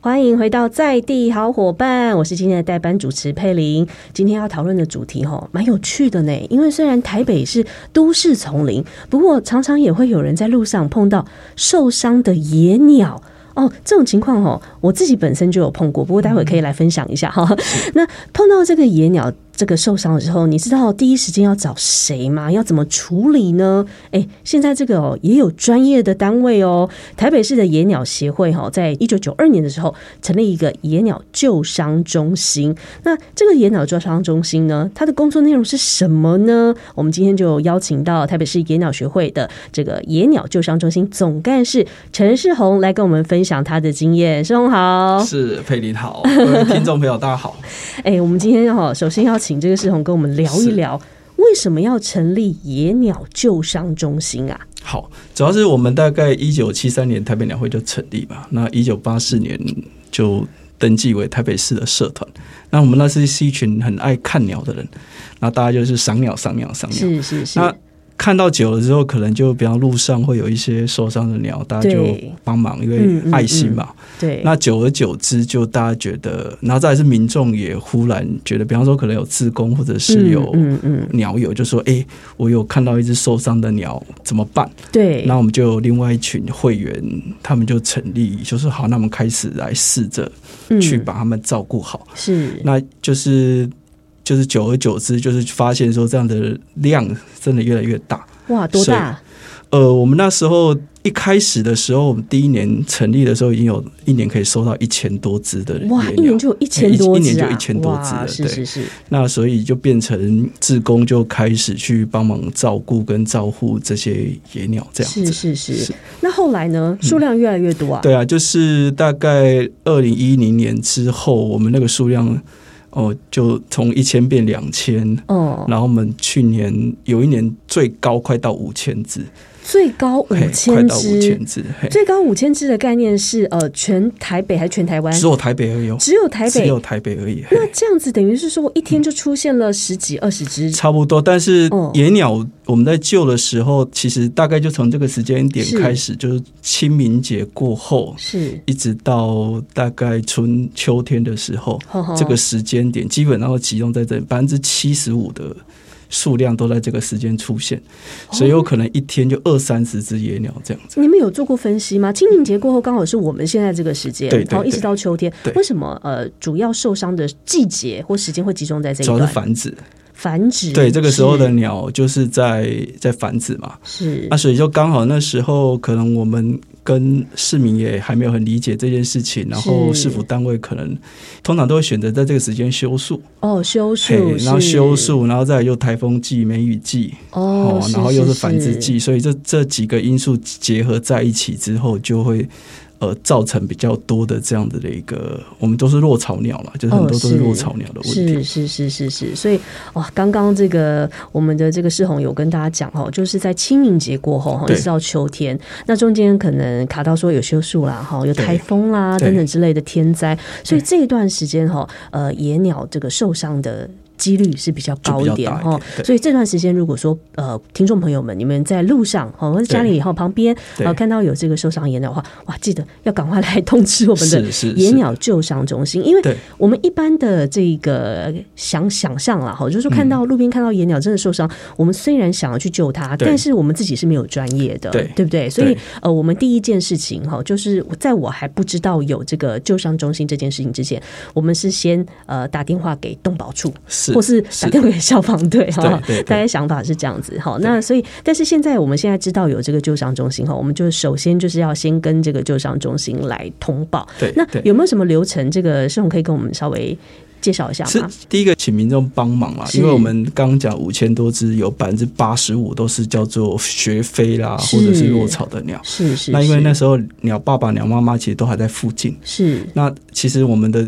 欢迎回到在地好伙伴，我是今天的代班主持佩玲。今天要讨论的主题吼，蛮有趣的呢。因为虽然台北是都市丛林，不过常常也会有人在路上碰到受伤的野鸟。哦，这种情况哦，我自己本身就有碰过，不过待会可以来分享一下哈。那碰到这个野鸟这个受伤的时候，你知道第一时间要找谁吗？要怎么处理呢？哎，现在这个哦也有专业的单位哦，台北市的野鸟协会哈、哦，在一九九二年的时候成立一个野鸟救伤中心。那这个野鸟救伤中心呢，它的工作内容是什么呢？我们今天就邀请到台北市野鸟学会的这个野鸟救伤中心总干事陈世宏来跟我们分享他的经验。世宏好，是佩林好，各位听众朋友大家好。哎、我们今天哈，首先要请这个世宏跟我们聊一聊，为什么要成立野鸟救伤中心啊？好，主要是我们大概一九七三年台北鸟会就成立吧，那一九八四年就登记为台北市的社团。那我们那是是一群很爱看鸟的人，那大家就是赏鸟、赏鸟、赏鸟。是是是，那看到久了之后，可能就比方路上会有一些受伤的鸟，大家就对帮忙，嗯因为嗯爱心嘛。对，那久而久之，就大家觉得，然后再来是民众也忽然觉得，比方说可能有自工或者是有嗯嗯鸟友就说：“哎、我有看到一只受伤的鸟，怎么办嗯，？”对，那我们就有另外一群会员，他们就成立，就说好，那我们开始来试着去嗯、把他们照顾好。是那就是就是久而久之，就是发现说这样的量真的越来越大。哇，多所以大？呃，我们那时候一开始的时候，我们第一年成立的时候，已经有一年可以收到一千多只的哇，野一鸟年。就有一哎千一多一只啊！年就1000多只哇了是对是是，那所以就变成志工就开始去帮忙照顾跟照护这些野鸟这样子。是是是是。嗯那后来呢？数量越来越多啊。对啊，就是大概二零一零年之后，我们那个数量哦，就从一千变两千。哦，然后我们去年有一年最高快到五千只，最高五嘿快千到五只千，只，嘿，最高五千只的概念是呃，全台北还是全台湾？只有台北而已哦，只有台只北嗯有。台北而已，嘿那这样子等于是说，一天就出现了十几二十只，差不多。但是哦野鸟我们在救的时候，其实大概就从这个时间点是开始，就是清明节过后，是，一直到大概春秋天的时候，呵呵这个时间点基本上都集中在这里，百分之七十五的数量都在这个时间出现，所以哦有可能一天就二三十只野鸟这样子。你们有做过分析吗？清明节过后刚好是我们现在这个时间，对对然后一直对到秋天，对为什么呃主要受伤的季节或时间会集中在这一主要是段？繁殖，繁殖对这个时候的是鸟就是在在繁殖嘛，啊是那所以就刚好那时候可能我们跟市民也还没有很理解这件事情，然后是市府单位可能通常都会选择在这个时间修树，哦，修嘿树，然后是修树，然后再来又台风季、梅雨季，哦，是然后又是是繁殖是季，所以这这几个因素结合在一起之后，就会呃造成比较多的这样子的一个，我们都是落草鸟嘛，就是很哦多都是是落草鸟的问题。是是是是是，所以哇，刚刚这个我们的这个世宏有跟大家讲哦，就是在清明节过后哈，一对直到秋天，那中间可能卡到说有修树啦哈，有对台风啦对等等之类的天灾，所以这一段时间哈，呃，野鸟这个受伤的。几率是比较高一就比点较大一哈点，对所以这段时间如果说呃，听众朋友们，你们在路上哈，或者家里以后旁边对呃看到有这个受伤野鸟的话，哇，记得要赶快来通知我们的是是野是鸟救伤中心，因为对我们一般的这个想想象啦，哈，就是说嗯看到路边看到野鸟真的受伤，我们虽然想要去救它，对但是我们自己是没有专业的，对不对？所以对呃，我们第一件事情哈，就是我在我还不知道有这个救伤中心这件事情之前，我们是先呃打电话给动保处，是或是打电话给消防队哈对对，对大家想法是这样子哈。那所以，但是现在我们现在知道有这个救伤中心哈，我们就首先就是要先跟这个救伤中心来通报。对那对有没有什么流程？这个盛宏可以跟我们稍微介绍一下是吗？第一个，请民众帮忙嘛，啊是因为我们刚讲五千多只，有百分之八十五都是叫做学飞啦，是或者是落草的鸟。是是是，那因为那时候鸟爸爸、鸟妈妈其实都还在附近，是那其实我们的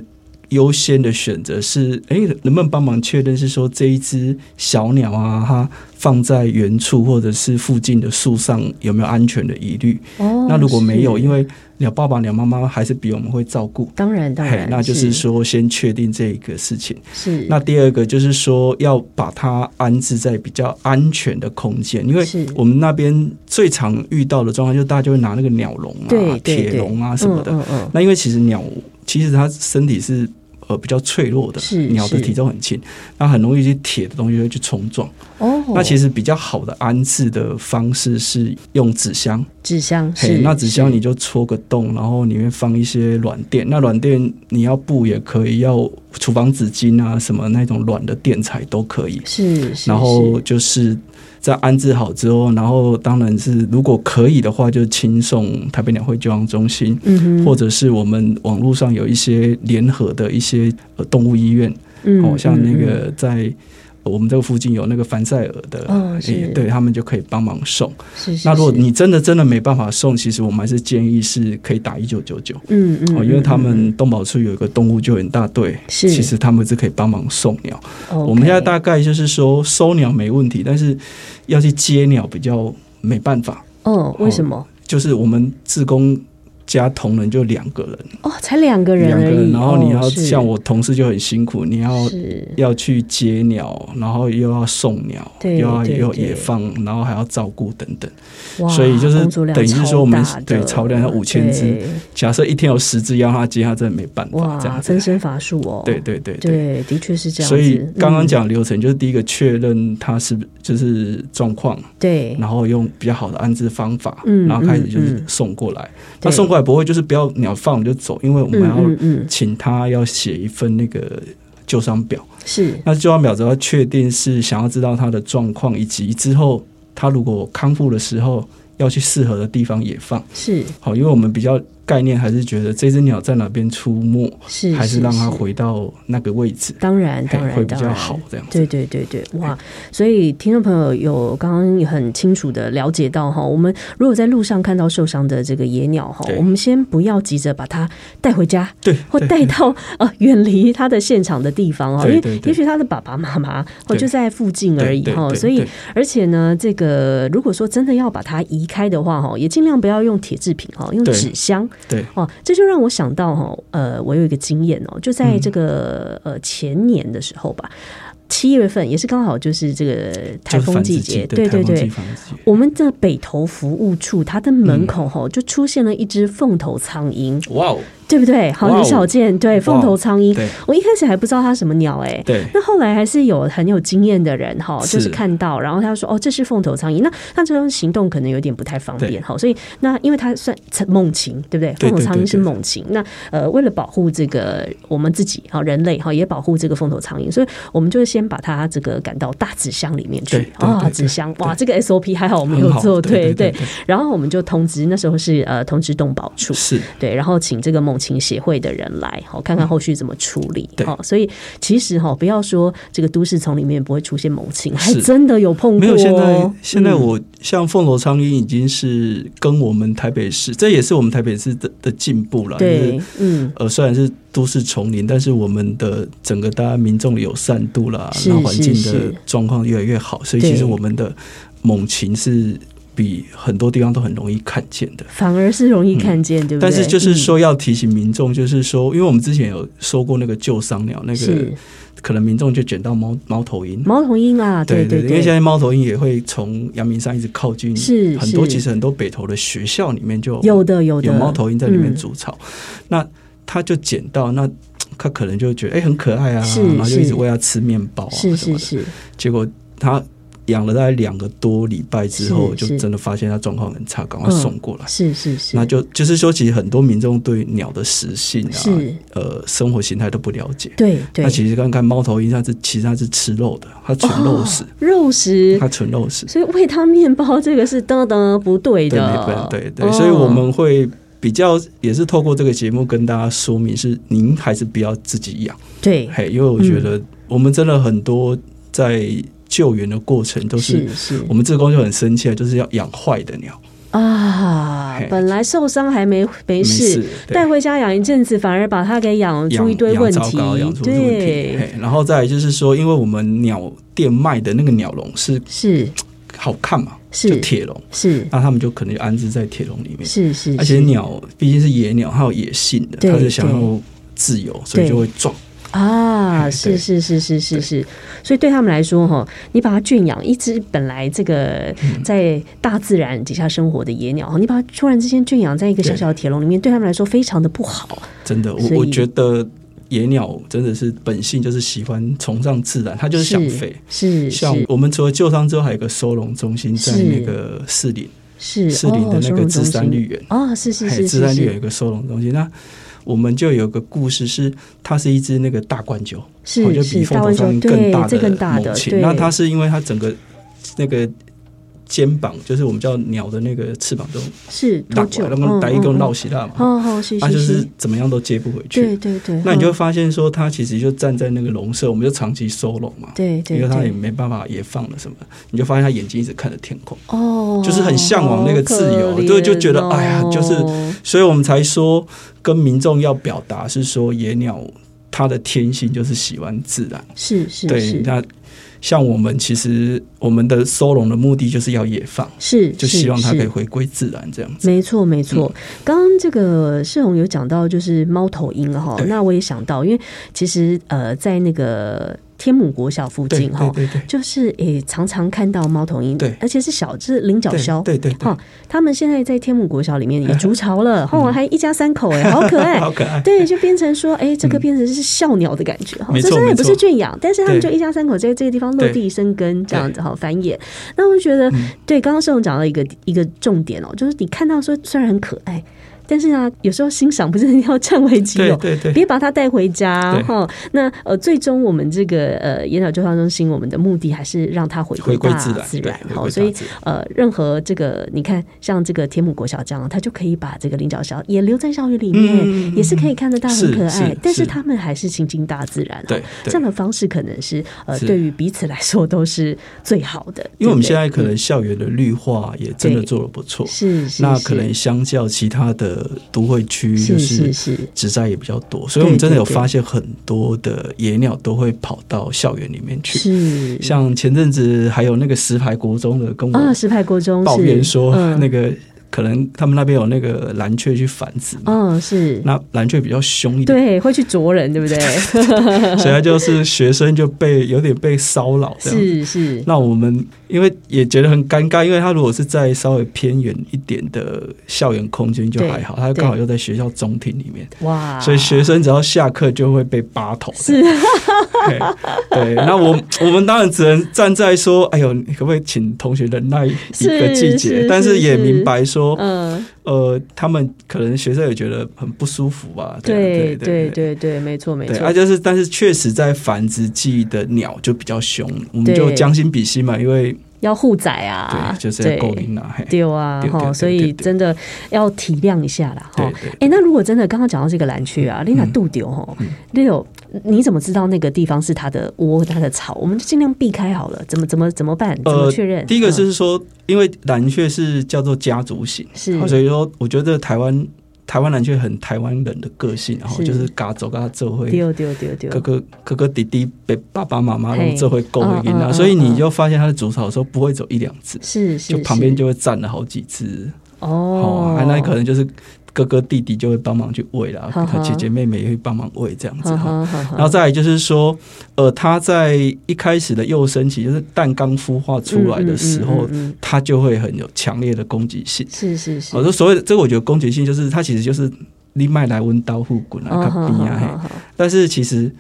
优先的选择是，哎、能不能帮忙确认是说这一只小鸟啊，它放在原处或者是附近的树上有没有安全的疑虑？哦，那如果没有，因为为鸟爸爸、鸟妈妈还是比我们会照顾。当然当嘿然，，那就是说先确定这一个事情。是那第二个就是说，要把它安置在比较安全的空间，因为是我们那边最常遇到的状况，就是大家就会拿那个鸟笼对啊、对铁对笼啊什么的。嗯嗯嗯那因为其实鸟其实它身体是呃比较脆弱的，是鸟的是体重很轻，那很容易去铁的东西会去冲撞。哦，那其实实比较好的安置的方式是用纸箱，纸箱嘿是，那纸箱是你就戳个洞，然后里面放一些软垫，那软垫你要布也可以，要厨房纸巾啊什么那种软的垫材都可以。是是，然后是就是在安置好之后，然后当然是如果可以的话，就轻送台北鸟会救养中心，嗯哼，或者是我们网络上有一些联合的一些呃动物医院，嗯哦，像那嗯嗯个在。呃我们这个附近有那个凡赛尔的，哦是诶哎对他们就可以帮忙送。是是那如果是你真的真的没办法送，其实我们还是建议是可以打一九九九嗯嗯，哦，因为他嗯嗯们动保处有一个动物救援大队，是其实他们是可以帮忙送鸟。嗯 OK 我们现在大概就是说收鸟没问题，但是要去接鸟比较没办法。哦，为什么？就是我们志工加同仁就两个人，哦，才两个人两个而已，人，然后你哦要是像我同事就很辛苦，你要是要去接鸟，然后又要送鸟，又对要对又对野放，然后还要照顾等等。哇所以就是工作量等于是超说我们大对的超量要5000只对假设一天有十只要他接，他真的没办法这哇，样分子。身乏术哦，对对对对。对，的确是这样子。所以刚刚嗯讲流程就是第一个确认它是不就是状况，对，然后用比较好的安置方法，嗯然后开始就嗯是嗯送过来。对那送过来不会就是不要鸟放我们就走，因为我嗯们嗯要嗯请他要写一份那个救伤表。是那救伤表只要确定是想要知道他的状况，以及之后他如果康复的时候要去适合的地方也放。是好，因为我们比较概念还是觉得这只鸟在哪边出没，是，还是让它是，回到那个位置，当然当嘿会然比当较然好这样子。对对对对，哇！所以听众朋友有刚刚也很清楚的了解到哈，我们如果在路上看到受伤的这个野鸟哈，对我们先不要急着把它带回家，对，或对带到呃远离它的现场的地方啊哈，因对为对也对许它的爸爸妈妈哦对就在附近而已对对哈，对所以对而且呢，这个如果说真的要把它移开的话哈，也尽量不要用铁制品哈，用对纸箱对哦，这就让我想到哈，呃，我有一个经验哦，就在嗯这个、呃前年的时候吧，七月份也是刚好就是这个台就是风繁季殖节，季，对台对风季对。繁殖季我们的北投服务处，它的嗯门口吼就出现了一只凤头苍蝇，哇哦，对不对？好，哇哦很少见。对，凤头苍蝇，对我一开始还不知道它什么鸟哎、对那后来还是有很有经验的人哈，是就是看到，然后他说：“哦，这是凤头苍蝇。”那那这种行动可能有点不太方便哈，所以那因为它算猛禽，对不对？对凤头苍对蝇对是猛禽。那呃，为了保护这个我们自己哈，人类哈，也保护这个凤头苍蝇，所以我们就会先把它这个赶到大纸箱里面对去对对啊，对纸箱哇，对这个 SOP 还好我们有很好，做，对对对，然后我们就通知那时候是呃通知动保处，是对，然后请这个猛禽协会的人来，好看看后续怎么处理。嗯对好，所以其实哈，不要说这个都市丛里面不会出现猛禽，还是真的有碰过、哦。没有。现在现在嗯我像凤头苍蝇已经是跟我们台北市，这也是我们台北市的的进步了，就是对，嗯，呃，虽然是都市丛林，但是我们的整个大家民众的友善度啦，是那环境是的是状况越来越好，所以对其实我们的猛禽是比很多地方都很容易看见的。反而是容易看见，对不对？嗯但是就是嗯、说要提醒民众，就是说，因为我们之前有说过那个救伤鸟，那个是可能民众就捡到猫猫头鹰。猫头鹰啊，对对因为现在猫头鹰也会从阳明山一直靠近，是很多是其实很多北投的学校里面就有的有的有猫头鹰在里面嗯筑巢，那他就捡到，那他可能就觉得哎、很可爱啊，是然后就一是直喂它吃面包啊什么是的。是是，结果他养了大概两个多礼拜之后，是就是真的发现它状况很差，赶快嗯送过来。是是是，那就就是说，其实很多民众对鸟的食性啊是，呃，生活形态都不了解。对对，那其实看看猫头鹰，它是其实它是吃肉的，它纯肉食哦，、肉食。它纯肉食。所以喂它面包这个是噔噔不对对的，对对对，哦所以我们会比较也是透过这个节目跟大家说明，是您还是不要自己养，对嘿，因为我觉嗯得我们真的很多在救援的过程都是。是是我们志工就很生气了，就是要养坏的鸟，啊嘿，本来受伤还没没事，对带回家养一阵子，反而把它给养出养一堆养问糟题糕，养出问题。对，嘿然后再来就是说，因为我们鸟店卖的那个鸟笼是是好看嘛，就是铁笼，是那他们就可能就安置在铁笼里面。是是，而且是鸟毕竟是野鸟，它有野性的，嗯对它是想要自由，所以就会撞。啊，哎是对是是是是是，所以对他们来说，哈，你把它圈养一只本来这个嗯在大自然底下生活的野鸟，你把它突然之间圈养在一个小对小的铁笼里面，对他们来说非常的不好。真的，我所以我觉得野鸟真的是本性就是喜欢崇尚自然，它就是想飞。是像是我们除了旧伤之后，还有一个收容中心在是那个士林，是士林的那个芝山绿园，哦，收容中心哦是是还是有芝是山绿园有是一个收容中心。那我们就有个故事是，它是一只那个大冠鹫，哦是就是比大凤头汶山洲更对大这的更大的猛禽。对，那它是因为它整个那个肩膀，就是我们叫鸟的那个翅膀都是多拉久过来，？那么打一根嗯绕起来嘛，哦哦是它是就是是，怎么样都接不回去。对对对，那你就会嗯发现说，它其实就站在那个笼舍，我们就长期收笼嘛，对对因为它也对没办法也放了什么，你就发现它眼睛一直看着天空，哦，就是很向往那个自由好可就就觉得怜哎呀就是哦所以我们才说跟民众要表达是说野鸟它的天性就是喜欢自然，是是对，是那像我们其实我们的收容的目的就是要野放，是，就希望它是可以嗯回归自然这样子，没错，没错。刚刚这个世宏有讲到，就是猫头鹰哈，对那我也想到，因为其实呃，在那个天母国小附对近对哈，对对就是也常常看到猫头鹰，对而且是小只菱角鸮，对对对哈，哦他们现在在天母国小里面也筑巢 了，哈，还一家三口哎，好可对，爱好。可爱，对，就变成说，哎，这个变成是校鸟的感觉哈。嗯没这错虽然也没不错是圈养，但是他们就对一家三口在这个地方落对嗯地生根，这样子哈繁衍。那我觉得，对，刚刚盛总讲到一个一个重点哦，就是你看到说虽然很可爱，但是啊，有时候欣赏不是要占为己对有。对对。别把它带回家对哈。那呃，最终我们这个呃研讨救伤中心，我们的目的还是让它回回归大自然，自对然，回好，归所大以自然呃，任何这个你看，像这个天母国小这样，他就可以把这个菱角小也留在校园里面，嗯也是可以看得到很是可爱，是但是是他们还是亲近大自然、啊。对这对样的方式可能是呃，是对于彼此来说都是最好的，因为我们对不现对在可能校园的绿化也真的做的不错，是是那是可能相较其他的都会区，就是是是是植栽也比较多，所以我们真的有发现很多的野鸟都会跑到校园里面去。是像前阵子还有那个石牌国中的跟啊，我石牌国中抱是怨说，嗯那个可能他们那边有那个蓝雀去繁殖嘛，嗯是那蓝雀比较凶一点，啊对，会去啄人，对不 对？所以它就是学生就被有点被骚扰这样子。是是，那我们因为也觉得很尴尬，因为他如果是在稍微偏远一点的校园空间就还好，对他刚好又在学校中庭里面，哇，所以学生只要下课就会被扒头。啊是嘿对，那我我们当然只能站在说，哎呦，你可不可以请同学忍耐一个是季是节？但是是也是明白说，嗯，呃，他们可能学生也觉得很不舒服吧。对对啊对对对对，没错没对，错啊，，就是，但是确实在繁殖季的鸟就比较凶，我们就对将心比心嘛，因为要护崽啊对，，就是对在够龄了，嘿，丢啊对对哈，对所对以对真的要体谅一下啦哈对。对嗯哎，那如果真的刚刚讲到这个蓝雀啊，你俩杜丢哈，你有你怎么知道那个地方是它的窝、它的草？我们就尽量避开好了。怎么怎么怎么办？怎么确认？呃第一个嗯就是说，因为蓝雀是叫做家族型，是好所以说我觉得台湾台湾蓝雀很台湾人的个性，然后是就是嘎走嘎走会。丢丢丢丢哥，哥哥哥弟弟被爸爸妈妈嘿弄这会够嗯了音嗯啊，嗯所以你就发现它的筑巢的时候不会走一两只，是是，就旁边是就会站了好几只哦哦，啊，那可能就是哥哥弟弟就会帮忙去喂啦，哈哈他姐姐妹妹也会帮忙喂这样子哈哦哈哈。哈哈然后再来就是说，呃，它在一开始的幼升期，就是蛋刚孵化出来的时嗯嗯候，嗯嗯嗯它就会很有强烈的攻击性。是是是我，说所谓的这个，我觉得攻击性就是它其实就是你麦来温刀互滚哦啊，它逼啊，嘿，但是其实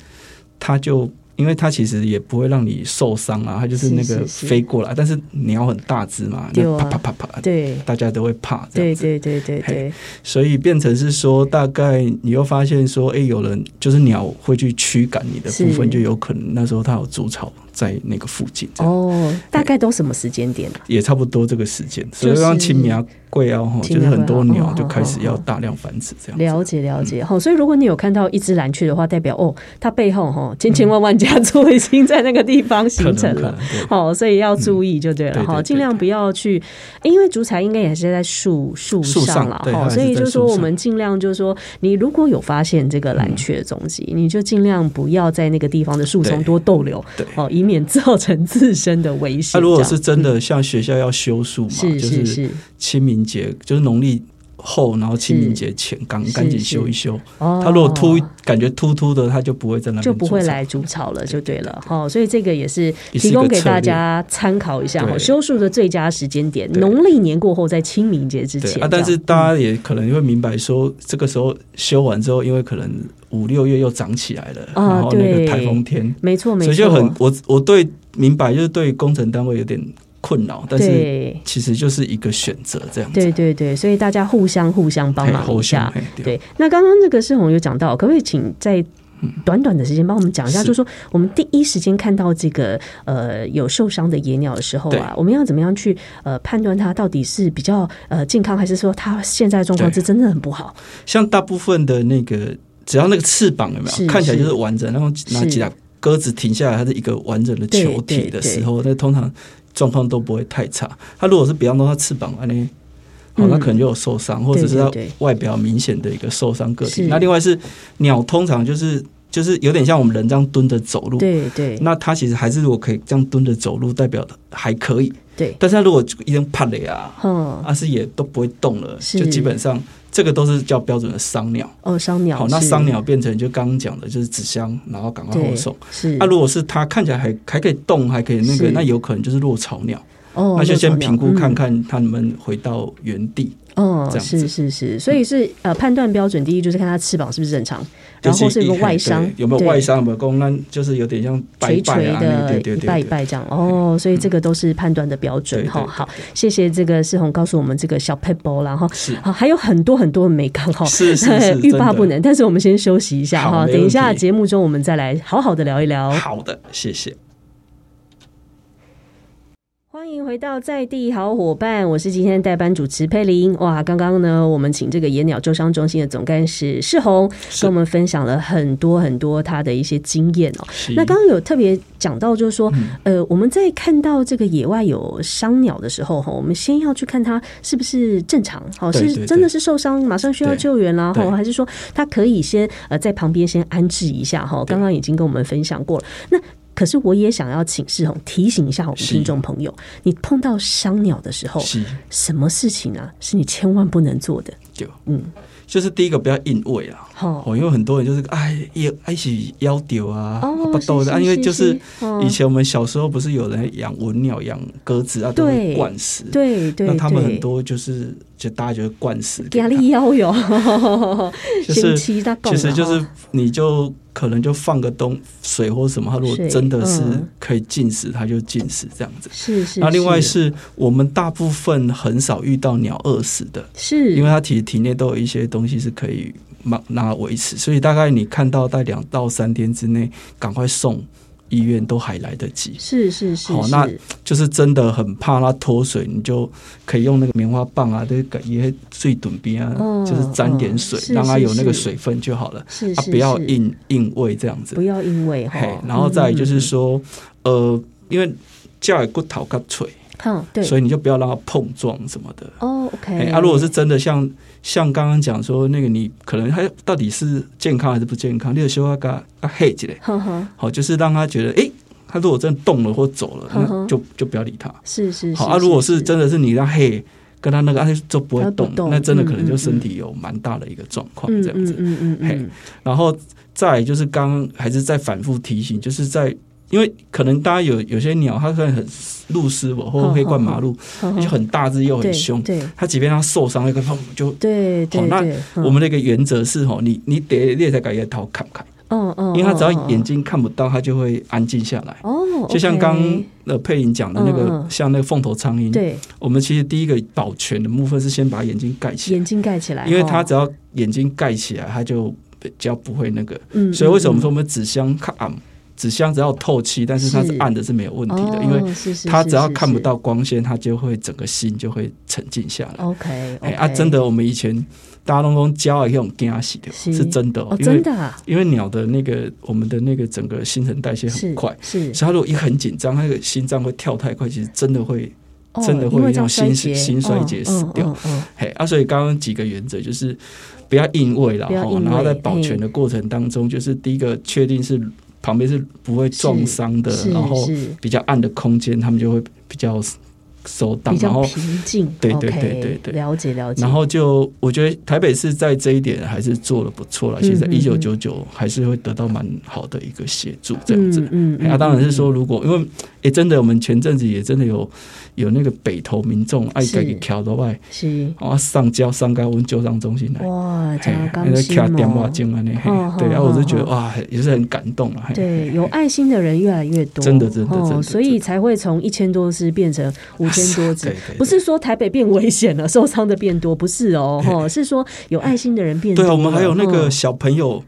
它就。因为它其实也不会让你受伤啊，它就是那是个是是飞过来，但是你要很大只嘛，对那啊啪啪啪啪，对大家都会怕这对样子。对对对对嘿，所以变成是说，大概你又发现说，哎、有人就是鸟会去驱赶你的部是分，就有可能那时候它有筑巢在那个附近，这样、哦，大概都什么时间点啊？也差不多这个时间。所就以是让青苗贵啊，吼，青苗就贵是啊很多哦鸟哦就开始哦要哦大量繁殖这样子。了解了解，好、所以如果你有看到一只蓝雀的话，代表哦，它背后哈、哦、千千万万家族已经在那个地方可形能成可了能。对好、所以要注意就对对了对哈，对尽量不要去，诶因为竹材应该也是在树树树上上了对哈，它所还以是在就说树我们尽量就是说，你如果有发现这个蓝雀的踪迹，你就尽量不要在那个地方的树丛对多逗留，对。哦，以免造成自身的危险。那、如果这样嗯是真的像学校要修树嘛，是就是是是清明节，就是农历后，然后清明节前赶是赶紧修一修。哦，它如果秃感觉秃秃的，它就不会在那边就不会筑巢来煮草了，就对了哈、哦所以这个也是也是提一个供给策略大家参考一下哈、对修树的最佳时间点，对农历年过后，在清明节之对前。啊，但这是样大家也可能会明白说，这个时候修完之后，因为可能五六月又长起来了，啊然后那对个台风天，没错没错，所以就很我我对明白就是对工程单位有点困扰，但是对其实就是一个选择这样子，对对对，所以大家互相互相帮嘿忙一下。，后续嘿哎对对，那刚刚这个世宏有讲到，可不可以请在短短的时间帮我们讲一下，是就是说我们第一时间看到这个呃有受伤的野鸟的时候对啊，我们要怎么样去呃判断它到底是比较呃健康，还是说它现在的状况对是真的很不好？像大部分的那个，只要那个翅膀有没是有看起来就是完整，然后拿是几把鸽子停下来，它是一个完整的球体的时候，那通常状况都不会太差。它如果是比方说它翅膀安呢，好，嗯那可能就有受伤，或者是它外表明显的一个受伤个体。是那另外是鸟，通常就是就是有点像我们人这样蹲着走路。对对那它其实还是如果可以这样蹲着走路，代表还可以。对，但是它如果一经趴了呀，嗯，阿啊是也都不会动了，是就基本上这个都是叫标准的伤鸟。哦，伤鸟好，那是伤鸟啊变成就刚刚讲的，就是纸箱，然后赶快后对送。是那、如果是它看起来还还可以动，还可以那个是，那有可能就是落草鸟，哦，那就先落草鸟评估看嗯看它能不能回到原地，哦，这样是子是是，所以是呃，判断标准第一就是看它翅膀是不是正常，然后就是有没有一外伤对，有没有对外伤，有没有功，那就是有点像拜垂拜垂啊，那的一拜对对一对对，嗯拜这样哦，所以这个都是判断的标准对哈。对对好，谢谢这个世宏告诉我们这个小 pebble 啦哈。是好，还有很多很多美感哈。 是是是，哦欲罢不真能，但是我们先休息一下好哈，没等一问下题节目中我们再来好好的聊一聊的。。好的，谢谢。哦欢迎回到在地好伙伴，我是今天的代班主持佩林。哇，刚刚呢，我们请这个野鸟救伤中心的总干事世宏是跟我们分享了很多很多他的一些经验哦。是嗯那刚刚有特别讲到，就是说，呃，我们在看到这个野外有伤鸟的时候，哈，我们先要去看它是不是正常，好，对是对真的是受伤，马上需要对救援啦，对哈，还是说它可以先呃在旁边先安置一下，哈，刚刚已经跟我们分享过了，那。可是我也想要请世宏提醒一下我们是听众朋友，你碰到伤鸟的时候，是什么事情啊是你千万不能做的？就嗯，就是第一个不要硬喂啊。好哦，因为很多人就是哎，也爱起腰丢啊，哦不斗是的啊，是因为是就是是哦以前我们小时候不是有人养文鸟、养鸽子啊，都对会灌食。对对，那他们对很多就是就大家就会灌食给压它，力腰有，就先是期他其实就是你就可能就放个东水或什么，它如果水真的是嗯可以进食，它就进食这样子。是是，那另外是是我们大部分很少遇到鸟饿死的，是因为它其实体内都有一些东西是可以让让它维持，所以大概你看到在两到三天之内，赶快送医院都还来得及。是是是，好那是就是真的很怕它脱水，你就可以用那个棉花棒啊，这个也最墩边啊，嗯就是沾点水嗯，是让它有那个是是水分就好了，是啊是，不要是硬硬喂这样子不。要因为嗯哈嘿，，然后再来就是说，呃，因为叫也骨头较脆，嗯，嗯对，所以你就不要让它碰撞什么的。哦哎、 ，OK，啊，如果是真的像像刚刚讲说那个你可能它到底是健康还是不健康，你有时候要给它给它黑起来，呵呵，好，就是让它觉得，哎、它如果真的动了或走了，嗯哼那就就不要理它。是是好啊，如果是真的是你让它黑，跟它那个，它啊就不它会不动，动那真的嗯可能就嗯身嗯体有蛮大的一个状况嗯这样子。嗯嗯嗯嘿嗯，然后再来就是刚刚还是在反复提醒，就是在。因为可能大家有有些鸟，它可能很路狮我或黑冠麻鹭，呵呵就很大只又对很凶。对它即便它受伤，那个砰就对对，好那对嗯我们的一个原则是吼，你你得你也才把它头砍开，嗯嗯，嗯因为它只要眼嗯睛看不到，它就会安静下来。哦，就像 OK，刚呃佩莹讲的那嗯个嗯，像那个凤头苍蝇，对我们其实第一个保全的部分是先把眼睛盖起来，眼睛盖起来，哦因为哈它只要眼睛盖起来，它就比较不会那个。嗯，所以为什么嗯说我们纸箱看暗？纸箱只要透气，但是它是是暗的，是没有问题的，哦因为是是它是只要是看不是到光线，它就会整个心就会沉静下来。 ，OK，哎、啊，真的的，我们以前大家都讲鸟啊，用惊死的，是是真的、哦哦，因为真的啊因为鸟的那个我们的那个整个新陈代谢很是快，是所以它如果一很紧张，它那个心脏会跳太快，其实真的会哦真的因会为让这样衰心竭心衰嗯竭嗯死掉嗯嗯嘿啊。所以刚刚几个原则就是不要硬喂啦，不要吼硬喂然后在保全的过程当中，就是第一个确定是旁边是不会撞伤的，是然后是比较暗的空间，他们就会比较收档比，然较后平静。对对 OK，对对对了解了解。然后就我觉得台北市在这一点还是做的不错了。其实，在嗯一九嗯九九还是会得到蛮好的一个协助这样子。嗯哎啊，当然是说，如果因为也、真的，我们前阵子也真的有有那个北投民众爱是家己桥到外，是啊上交上交阮救伤中心来，哇，嘿加哎那钢个筋卡电话哦。经安尼，嘿哦对，哦然后我就觉得哦哇，也是很感动了。啊嘿对，有爱心的人越来越多，真的真的真的所以才会从一千多只变成五千多只对对对。不是说台北变危险了，受伤的变多，不是哦，哈，是说有爱心的人变多对了。啊，我们还有那个嗯小朋友，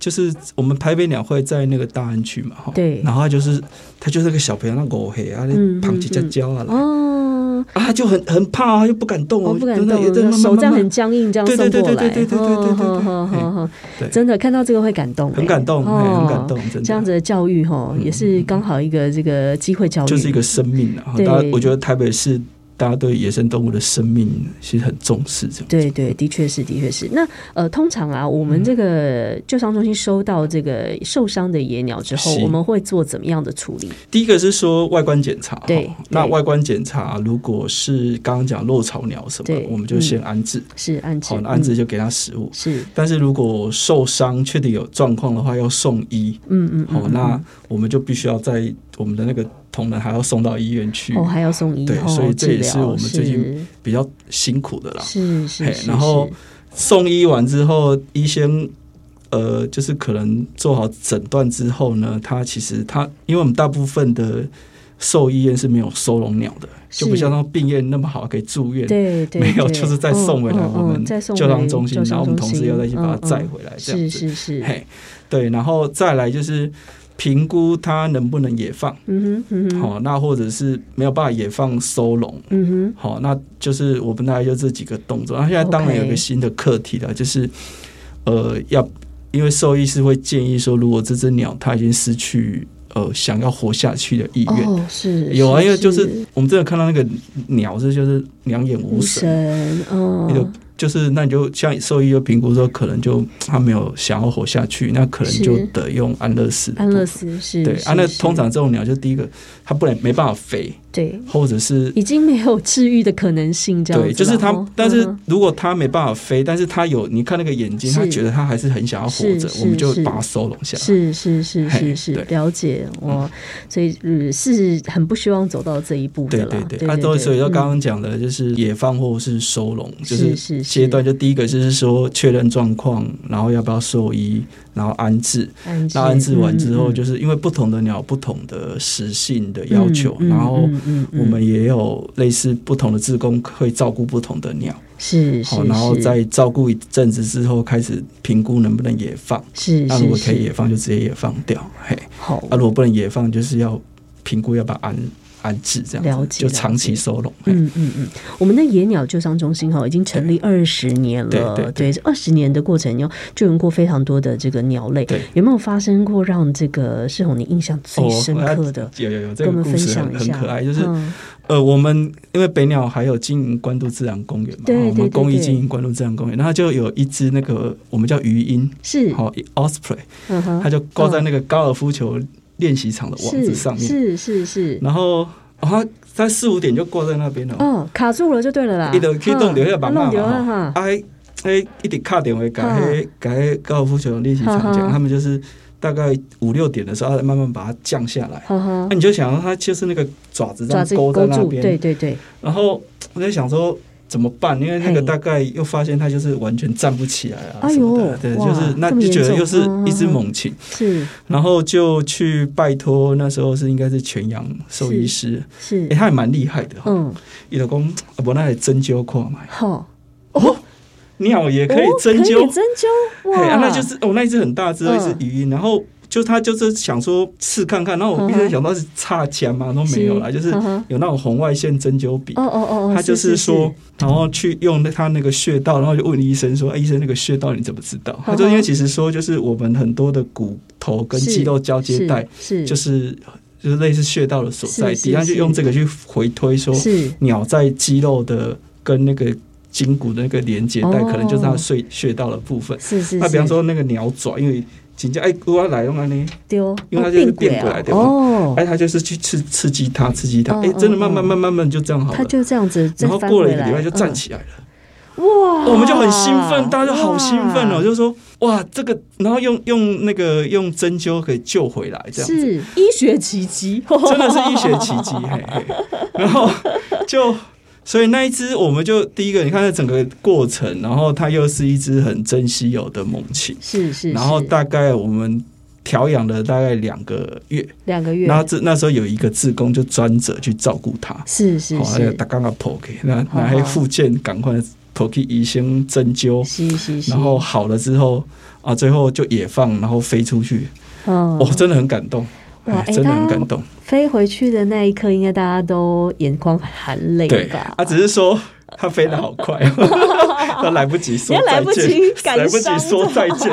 就是我们台北鸟会在那个大安区嘛，哈，对然后他就是他就是那个小朋友那狗黑啊，嗯那胖起脚嗯嗯脚啊，哦，啊他就很很怕，他就不敢动，哦我不敢真的也在动，慢慢手这样慢慢很僵硬，这样对对送对过来，对对对对对对对对哦哦哦对真的看到这个会感动，很哎感动，嘿哦很感动，真的这样子的教育哈，也是刚好一个这个机会教育，就是一个生命啊！对大家，我觉得台北市大家对野生动物的生命其实很重视，这样。对对，的确是，的确是。那呃，通常啊，我嗯们这个救伤中心收到这个受伤的野鸟之后，是我们会做怎么样的处理？第一个是说外观检查，对哈那对外观检查如果是刚刚讲落草鸟什么对，嗯我们就先安置，是安置好，，那安置嗯、就给它食物。是，但是如果受伤确定有状况的话，要送医，嗯嗯，好，嗯那我们就必须要在我们的那个同仁还要送到医院去哦，还要送医，对哦所以这治也是疗我们最近比较辛苦的啦。是是嘿是是，然后送医完之后，医生呃，就是可能做好诊断之后呢，他其实他，因为我们大部分的兽医院是没有收容鸟的，是就不像那种病院那么好可以住院。对对 没有，对就是再送回来嗯嗯我们嗯再送救回伤中心，救然后我们中同事心要再去把它嗯载嗯回来，这样是子。是是，嘿，对，然后再来就是评估它能不能野放，嗯哼嗯哼，好、那或者是没有办法野放收容，嗯哼，好，那就是我们大概就这几个动作。那现在当然有 OK 一个新的课题了就是呃，要因为兽医是会建议说，如果这只鸟它已经失去呃想要活下去的意愿。哦是有啊，是因为就是是我们真的看到那个鸟，这就是两眼无无神，神，你就嗯，就是那你就像兽医就评估说，可能就它没有想要活下去，那可能是就得用安乐死的安乐部分。死是，对，是安乐是通常这种鸟就第一个，它不然没办法飞，对或者是已经没有治愈的可能性，这样子对，了就是它哦，但是嗯如果它没办法飞，但是它有，你看那个眼睛，是它觉得它还是很想要活是着是，我们就是把它收拢下来。是是是是呃嘿是对了解我，所以呃是很不希望走到这一步对的啦对。对对，对，它都所以就嗯刚刚讲的，就是野放或是收容，就是是是阶段。就第一个就是说确认状况，然后要不要兽医，然后安置。安置那安置完之后，嗯嗯就是因为不同的鸟有不同的食性的要求，嗯嗯然后嗯嗯嗯我们也有类似不同的志工会照顾不同的鸟。嗯是是好，然后是在照顾一阵子之后，开始评估能不能野放。是那如果是可以是野放，就直接野放掉。嘿，好啊，如果不能野放，就是要评估要不要安安置这样子，了解就长期收容。嘿嗯嗯嗯，我们的野鸟救伤中心哈已经成立二十年了，对对对，这二十年的过程中救援过非常多的这个鸟类对，有没有发生过让这个世宏你印象最深刻的？哦那有有有，这跟我个们故分事享很一很下，可爱，就是、嗯呃，我们因为北鸟还有经营关渡自然公园嘛，对哦我对对们公益对经营关渡自然公园，然后就有一只那个我们叫鱼鹰，是，好、osprey，嗯哼它就挂在那个高尔夫球练习场的网子上面，是是是是，然后、哦、它在四五点就挂在那边了。哦，卡住了就对了啦，伊就去弄掉迄个网弄嘛掉了嘛哈吼，，哎哎，一直敲电话，甲哈迄甲迄高尔夫球练习场哈讲，哈他们就是大概五六点的时候，他慢慢把它降下来。哈哈那、，你就想，它就是那个爪子这嗯爪样子勾在勾那住，对边，对对，然后我在想说怎么办，因为那个嘿大概又发现它就是完全站不起来啊哎什呦么的，对，哇就是那这么就严觉得重又是嗯一只嗯嗯猛禽，是然后就去拜托那时候是应该是全羊兽医师，是哎、，他也蛮厉害的哈，嗯，伊、就讲啊，无那来针灸看嘛，好，哦，鸟也可以哦针灸，针灸，嘿哇，啊，那就是哦，那一只很大只，嗯一只鱼鹰，然后就他就是想说试看看，然后我一嗯直哼想到是差钱嘛，都没有啦，就是嗯哼有那种红外线针灸笔哦。哦哦哦，他就是说，然后去用他那个穴道，然后就问医生说：“哎，医生，那个穴道你怎么知道？”他说：“因为其实说就是我们很多的骨头跟是肌肉交接带，是就是是就是类似穴道的所在是是地，他就是用这个去回推说，是鸟在肌肉的跟那个筋骨的那个连接带，哦可能就是它的睡穴道的部分。是是，那比方是说那个鸟爪，因为真正爱龟啊来用安尼，丢，因为它哦就是变变过啊来对吧哦，哎，他就是去刺刺激它，刺激它，嗯哎、真的嗯慢慢嗯慢慢慢就这样好它了。就这样子再然后翻过了回一个来，礼拜就站嗯起来了，哇，我们就很兴奋，大家就好兴奋哦，哇就是说哇，这个，然后用用那个用针灸可以救回来，这样子。是医学奇迹，真的是一雪奇迹，嘿嘿。然后就所以那一只，我们就第一个，你看它整个过程，然后它又是一只很珍稀有的猛禽， 是是，然后是大概我们。调养了大概两个月，两个月，然后这那时候有一个志工就专责去照顾它，是是好，那是个打刚刚剖开，那好那还附件赶快剖开医生针灸，是是是，然后好了之后啊，最后就野放，然后飞出去，嗯哦，真的很感动，哇哎哎真的很它感动。飞回去的那一刻，应该大家都眼眶含泪对，吧？啊，只是说他飞得好 快，他来不及说也来再不及见，感来不及伤说再见，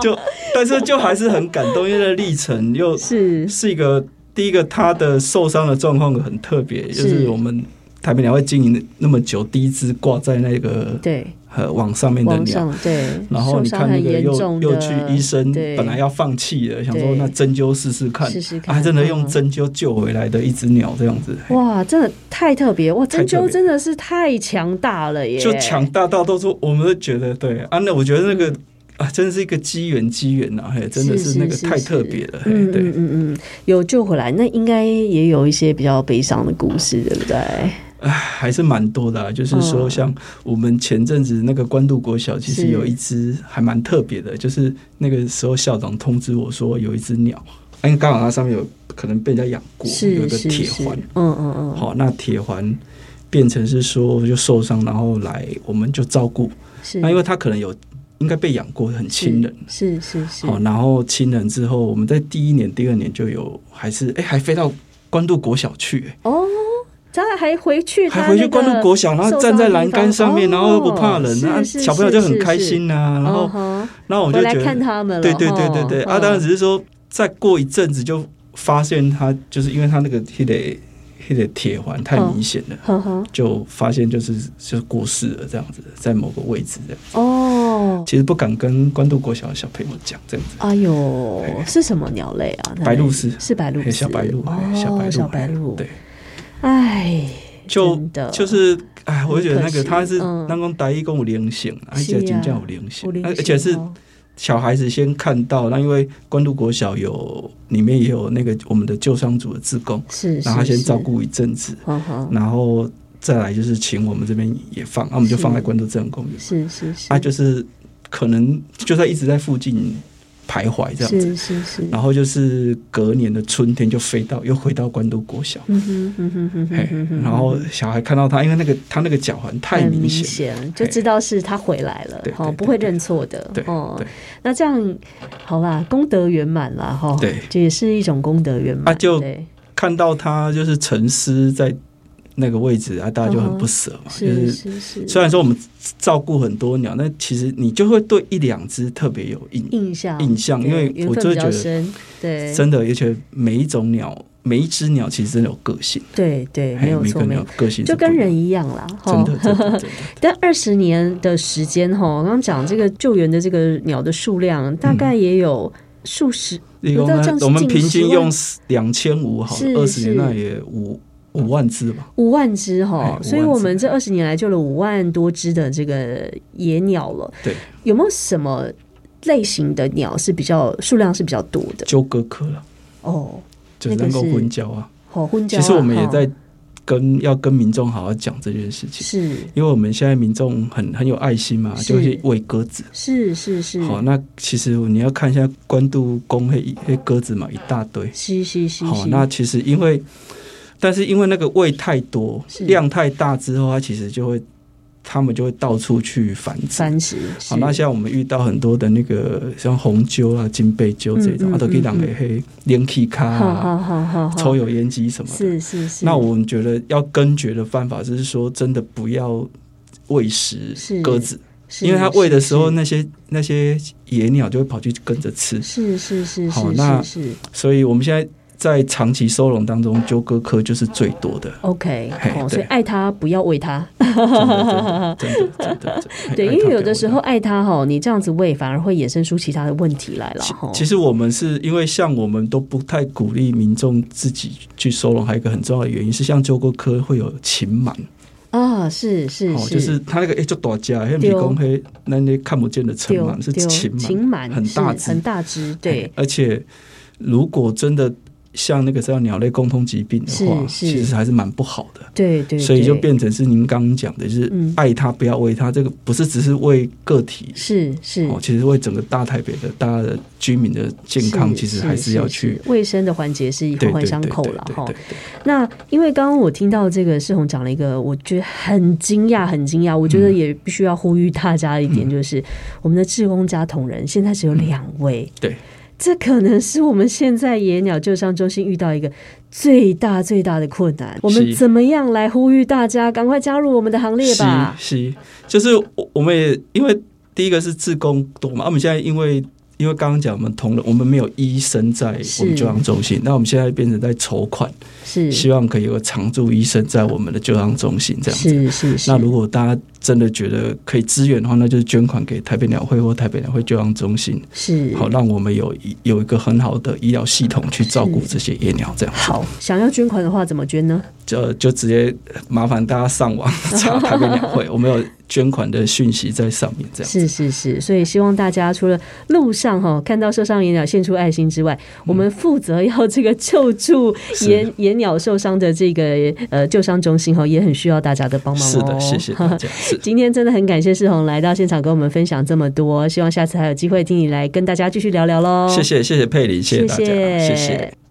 就但是就还是很感动，因为那历程又是是一个第一个他的受伤的状况很特别，就是是我们台北鸟会经营那么久，第一只挂在那个对，呃网上面的网鸟。上对，然后受你伤看那很个严又重的又去医生，对本来要放弃了，想说对那针灸试试看，试试啊，看，真的用嗯。针灸救回来的一只鸟这样子，嘿哇，真的太特别哇！针太特灸别真的是太强大了耶，就强大到都说我们都觉得对啊，那我觉得那个啊，真的是一个机缘机缘呐，嘿，真的是是是那个是太是特别了，嘿嗯，嗯对，嗯嗯，有救回来，那应该也有一些比较悲伤的故事，对不对？唉，啊还是蛮多的、啊，就是说嗯像我们前阵子那个关渡国小，其实是有一只还蛮特别的，就是那个时候校长通知我说有一只鸟，因为刚好它上面有可能被人家养过，有是一个是铁是环，，嗯嗯嗯，好，那铁环。变成是说就受伤，然后来我们就照顾。是那因为它可能有应该被养过，很亲人，嗯是是是，好，然后亲人之后，我们在第一年、第二年就有，还是哎、还飞到关渡国小去、哎哦，他还回去他那还个，回去关渡国小，然后站在栏杆上面，受然伤的后地方又不怕人，哦那是是小朋友就很开心呐、嗯然后，哼然后我就回来觉看得，他们了，对对对对对，哦啊，当然只是说，再过一阵子就发现他，就是因为他那个黑得黑得铁环太哦明显了。呵呵，就发现就是就是过世了这样子，在某个位置这样，哦，其实不敢跟关渡国小的小朋友讲这样子。哎呦，是什么鸟类啊？那白鹭鸶是白鹭鸶，嘿小白鹭，嘿小白哦鹭，小白嘿鹭，对，哎，就真的就是，哎，我就觉得那很可个惜他是嗯那讲大一跟有灵性，而是啊且真正有灵有性，灵而而且是性哦小孩子先看到，那因为关渡国小有里面也有那个我们的救伤组的志工，是，然后他是先照，顾一阵子，是呵呵然后再来就是请我们这边也放，那我们就是放在关渡自然公园，是是是，啊，就是可能就在一直在附近徘徊这样子，是是是，然后就是隔年的春天就飞到又回到关渡国小。嗯哼嗯哼嗯哼嘿嗯哼，然后小孩看到他，因为那个他那个脚环哎太很明明显，哎显，就知道是他回来了对，对哦，对不会对认错的对，哦对。那这样好啦，功德圆满啦，哈，对这也是一种功德圆满。啊就对看到他就是沉思在那个位置啊，大家就很不舍嘛。嗯就是是是是，虽然说我们照顾很多鸟，但其实你就会对一两只特别有印印象印象，对因为缘我分就会比觉较得深，对真的，而且每一种鸟，每一只鸟其实真的有个性，对对，嘿没有每错，个没鸟有。个性是就不一样跟人一样哦啦，哈真的真的真的但二十年的时间，哈，我刚刚讲这个救援的这个鸟的数嗯量，大概也有数十，一共不到这样那我们近平均10用两千五好是了，二十是年那也五五万只吧。五万只哈哎，所以5万我只们这二十年来救了五万多只的这个野鸟了。对，有没有什么类型的鸟是比较数量是比较多的？鸠哥科了，哦，就是那能个够是混交啊。好婚交、啊。其实我们也哈在跟要跟民众好好讲这件事情，是因为我们现在民众很很有爱心嘛，是就会去喂鸽子。是是是，好，那其实你要看一下关渡宫黑黑鸽子嘛，一大堆。是是是好，是，那其实因为，但是因为那个喂太多是，量太大之后，它其实就会，它们就会到处去繁殖。三十好，哦那现在我们遇到很多的那个像红鸠啊、金背鸠这嗯嗯种，啊，都可以让嗯嗯黑连气卡好好啊、好好好，抽油烟机什么的。是是是，那我们觉得要根绝的办法，就是说真的不要喂食是鸽子，是因为它喂的是时候，那些那些野鸟就会跑去跟着吃。是是是是好是那是是所以我们现在在长期收容当中，纠葛科就是最多的。 OK，嘿哦，对所以爱他不要喂他，真的真的真的真的真的对，因爱他为不有要的时问候爱他哈，你这样子喂反而会衍生出其他的问题来了其哈。其实我们是因为像我们都不太鼓励民众自己去收容，还有一个很重要的原因是，像纠葛科会有禽螨，啊，是是哦，就是它那个哎，就大只，对黑迷宫黑那些看不见的尘丢螨是丢禽禽螨，很是大只，很大只，哎哦对，而且如果真的像那个叫鸟类共通疾病的话，是是其实还是蛮不好的。对对，所以就对变成是您刚刚讲的，就是嗯爱它不要喂它，这个不是只是为个体是是哦，其实为整个大台北的大家的居民的健康，是其实还是要去卫生的环节是对环环对相对扣对了对哈对。对那因为刚刚我听到这个世宏讲了一个，我觉得很惊讶，很惊讶。我觉得嗯也必须要呼吁大家一点，就是、我们的志工家同仁现在只有两位，对，这可能是我们现在野鸟救伤中心遇到一个最大最大的困难。我们怎么样来呼吁大家赶快加入我们的行列吧？是是，就是我我们也因为第一个是志工多嘛，啊我们现在因为因为刚刚讲我们同仁，我们没有医生在是我们救伤中心，那我们现在变成在筹款，是希望可以有个常驻医生在我们的救伤中心这样子。是是是，那如果大家真的觉得可以支援的话，那就是捐款给台北鸟会或台北鸟会救伤中心，是好让我们有一有一个很好的医疗系统去照顾这些野鸟这样。好，想要捐款的话怎么捐呢？就就直接麻烦大家上网查台北鸟会，我们有捐款的讯息在上面，这样是是是，所以希望大家除了路上哈看到受伤野鸟献出爱心之外，我们负责要这个救助嗯是野野鸟受伤的这个呃救伤中心哈，也很需要大家的帮忙哦。是的，谢谢大家，是今天真的很感谢世宏来到现场跟我们分享这么多，希望下次还有机会听你来跟大家继续聊聊喽。谢谢谢谢佩林，谢谢大家，谢谢谢谢